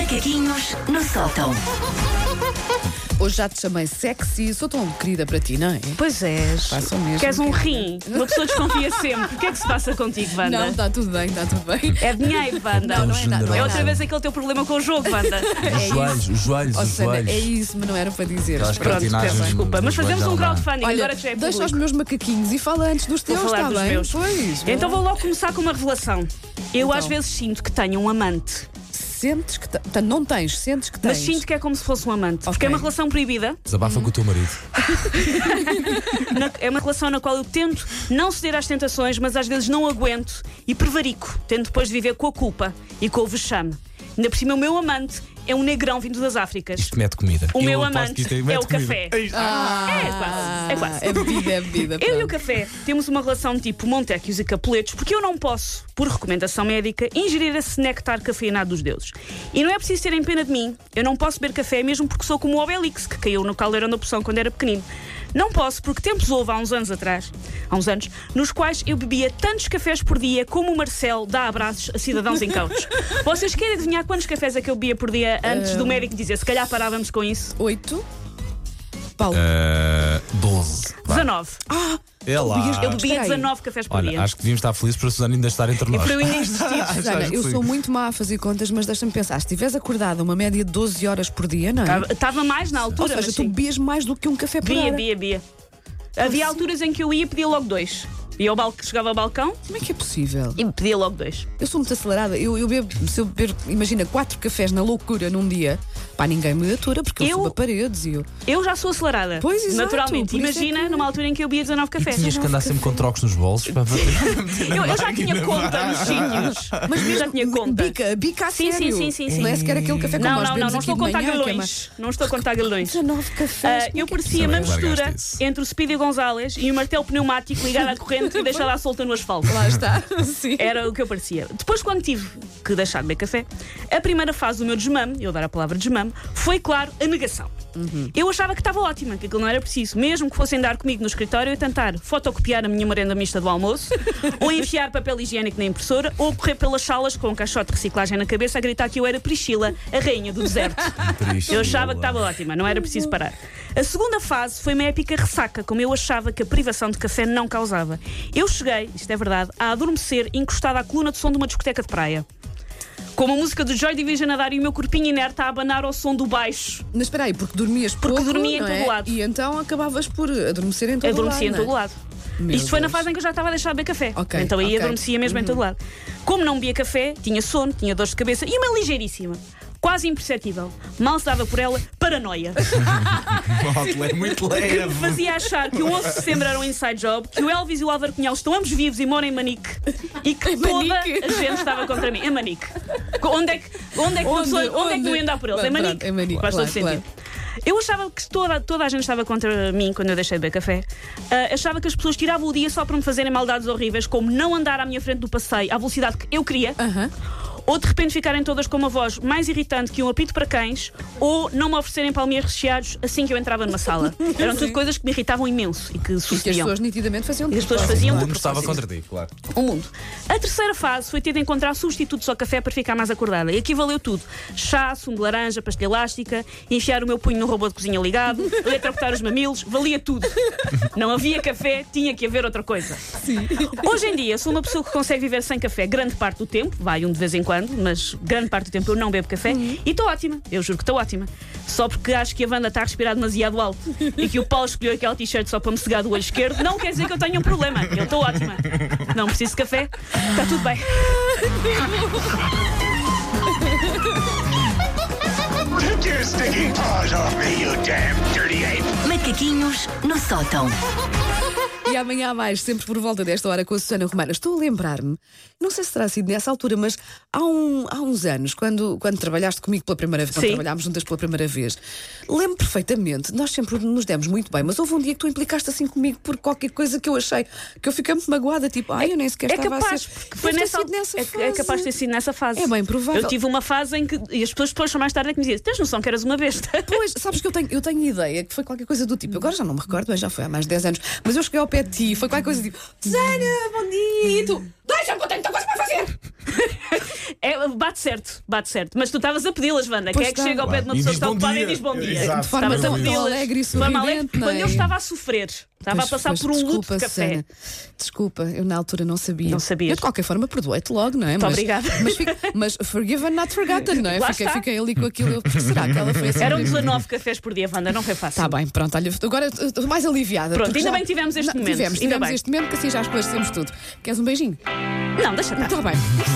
Macaquinhos no sótão. Hoje já te chamei sexy, sou tão querida para ti, não é? Pois és. Façam mesmo. Queres um querida. rim? Uma pessoa desconfia sempre. O que é que se passa contigo, Wanda? Não, está tudo bem, está tudo bem. É dinheiro, Wanda. Não, não é nada. não É é outra nada. vez aquele teu problema com o jogo, Wanda. Os É isso. joelhos, os joelhos, Ó, os Susana, joelhos. é isso, mas não era para dizer. Aquelas Espera. Pronto, Patinagens peço no- desculpa. no Mas fazemos um joelho não dá. crowdfunding. Olha, Agora que já é deixa os público. meus macaquinhos e fala antes dos Vou teus, falar está dos bem? meus. Pois. Então. Então vou logo começar com uma revelação. Eu às vezes sinto que tenho um amante, Sentes que. te- Portanto, não tens, sentes que mas tens. sinto que é como se fosse um amante. Porque Ok. é uma relação proibida, Desabafa com o teu marido. na- é uma relação na qual eu tento não ceder às tentações, mas às vezes não aguento e prevarico, tendo depois de viver com a culpa e com o vexame. Ainda por cima, o meu amante é um negrão vindo das Áfricas. Isto mete comida. O Eu meu aposto que amante isto é mete o comida. café. Ah, É quase, é quase. bebida, é bebida. Eu e o pronto. café temos uma relação tipo Montequios e Capuletos, porque eu não posso, por recomendação médica, ingerir esse néctar cafeinado dos deuses. E não é preciso terem pena de mim. Eu não posso beber café mesmo porque sou como o Obelix, que caiu no caldeirão da poção quando era pequenino. Não posso porque tempos houve há uns anos atrás, há uns anos, nos quais eu bebia tantos cafés por dia como o Marcel dá abraços a cidadãos incautos. Vocês querem adivinhar quantos cafés é que eu bebia por dia antes Eh, do médico dizer se calhar parávamos com isso? Oito. Paulo. Ah, 12. vá. 19. É lá. Eu bebia espera aí. 19 cafés por Olha, dia. acho que devíamos estar felizes por a Susana ainda estar entre nós. Por eu ainda existir. Susana, acho que eu sim. sou muito má a fazer contas, mas deixa-me pensar. Se tiveres acordado uma média de 12 horas por dia, Tá não é? Estava mais na Ou altura, seja, mas tu sim. bebias mais do que um café por Bia, hora. bia, bia. Havia alturas em que eu ia e pedia logo dois. Ia ao balcão, chegava ao balcão Como é que é possível? e pedia logo dois. Eu sou muito acelerada. Eu, eu bebo, se eu beber, imagina, quatro cafés na loucura num dia, pá, ninguém me atura porque eu, Eu- subo a paredes e eu. Eu já sou acelerada. Pois, exato, Naturalmente. por isso é Imagina que- numa altura em que eu bebia 19 E cafés. tinhas que andar sempre com trocos nos bolsos. para- Eu, eu já tinha conta nos sítios. Mas Eu já tinha conta. Bica, bica a Sim, sim, sério. sim, sim, sim. Não é sequer aquele café como Não, nós não, não, bebemos não aqui estou a de manhã. contar que é mais- galões. Não estou a contar galões. 19 cafés. Ah, como eu é que é parecia uma Também largaste mistura isso. entre o Speedy Gonzalez e o martelo pneumático ligado à corrente e deixado à solta no asfalto. Lá está. Sim. Era o que eu parecia. Depois, quando tive que deixar de beber café, a primeira fase do meu desmame, eu dar a palavra desmame, foi, claro, a negação. Eu achava que estava ótima, que aquilo não era preciso, mesmo que fossem dar comigo no escritório e tentar fotocopiar a minha merenda mista do almoço, ou enfiar papel higiênico na impressora, ou correr pelas salas com um caixote de reciclagem na cabeça a gritar que eu era Priscila, a rainha do deserto. Eu achava que estava ótima, não era preciso parar. A segunda fase foi uma épica ressaca, como eu achava que a privação de café não causava. Eu cheguei, isto é verdade, a adormecer encostada à coluna de som de uma discoteca de praia. Com uma música do Joy Division a dar e o meu corpinho inerte a abanar ao som do baixo. Mas espera aí, porque dormias Porque pouco, dormia em não todo é? lado. E então acabavas por adormecer em todo adormecia em lado. é? todo lado. Meu Isto foi na Deus. fase em que eu já estava a deixar de beber café. Ok, então aí ok. Uhum. adormecia mesmo em todo lado. Como não bebia café, tinha sono, tinha dor de cabeça e uma ligeiríssima, quase imperceptível, mal se dava por ela, paranoia. É muito que me leve. fazia um achar que o 11 de setembro era um inside job, que o Elvis e o Álvaro Cunhal estão ambos vivos e moram em Manique e que toda a Manique? gente estava contra mim. Em Manique. Co- Onde é que, onde é que, Onde- onde, onde, é que eu onde? ia andar por eles? Pronto, em Manique. em Manique, Faz todo claro, sentido. Eu achava que toda, toda a gente estava contra mim quando eu deixei de beber café. Ah, achava que as pessoas tiravam o dia só para me fazerem maldades horríveis, como não andar à minha frente do passeio à velocidade que eu queria Aham. ou de repente ficarem todas com uma voz mais irritante que um apito para cães, ou não me oferecerem palmeiras recheados assim que eu entrava numa sala. Eram tudo coisas que me irritavam imenso e que E que as sucediam. pessoas nitidamente faziam. E as pessoas propósito, faziam não O é? de mundo estava propósito. contra ti, claro. O mundo. A terceira fase foi ter de encontrar substitutos ao café para ficar mais acordada. E aqui valeu tudo: chá, sumo de laranja, pastilha elástica, enfiar o meu punho no robô de cozinha ligado, eletrocutar os mamilos, valia tudo. Não havia café, tinha que haver outra coisa. Hoje em dia, sou uma pessoa que consegue viver sem café grande parte do tempo, vai um de vez em quando, mas grande parte do tempo eu não bebo café Uhum. e estou ótima, eu juro que estou ótima. Só porque acho que a Wanda está a respirar demasiado alto e que o Paulo escolheu aquele t-shirt só para me cegar do olho esquerdo, não quer dizer que eu tenha um problema, eu estou ótima. Não preciso de café, está tudo bem. Take your stinking paws off me, you damn dirty ape! Macaquinhos no sótão. E amanhã há mais, sempre por volta desta hora com a Susana Romana. Estou a lembrar-me, não sei se terá sido nessa altura, mas há, um- há uns anos, quando, quando trabalhaste comigo pela primeira vez, quando Sim. trabalhámos juntas pela primeira vez, lembro perfeitamente, nós sempre nos demos muito bem, mas houve um dia que tu implicaste assim comigo por qualquer coisa que eu achei, que eu fiquei muito magoada, tipo, ai, eu nem sequer É estava a capaz, ser. porque foi Deve ter nessa, sido nessa é, fase. é capaz de ter sido nessa fase. É bem provável. Eu tive uma fase em que. E as pessoas depois são mais tarde é que me diziam: tens noção que eras uma besta? Pois, sabes que eu tenho, eu tenho ideia que foi qualquer coisa do tipo. Agora já não me recordo, mas já foi há mais de 10 anos. Mas eu cheguei ao pé de ti e foi qualquer coisa do tipo: Susana, bom dia! E tu, deixa-me que eu tenho muita coisa para fazer! É, bate certo, bate certo. Mas tu estavas a pedi-las, Wanda. Quem Pois é que está. chega ao pé de uma E pessoa diz que está bom ocupada e dia. diz bom dia? Exato. De forma Estavas a tão pedi-las. alegre e De forma alegre, sorridente. não quando é? eu estava a sofrer, estava a Pois, passar pois, por um luto desculpa, de café. Susana. Desculpa, eu na altura não sabia. Não sabias. Eu de qualquer forma perdoei-te logo, não é? mas, obrigada. Mas, fico- mas forgiven, not forgotten, não é? Lá Fiquei, está. um fiquei ali com aquilo. Eu, será que ela foi assim? Eram 19 cafés por dia, Wanda, não foi fácil. Está bem, pronto, olha, agora eu estou mais aliviada. Pronto, porque ainda já- bem que tivemos este Não, momento, Tivemos, ainda tivemos bem. este momento que assim já esclarecemos tudo. Queres um beijinho? Não, deixa estar. Está bem.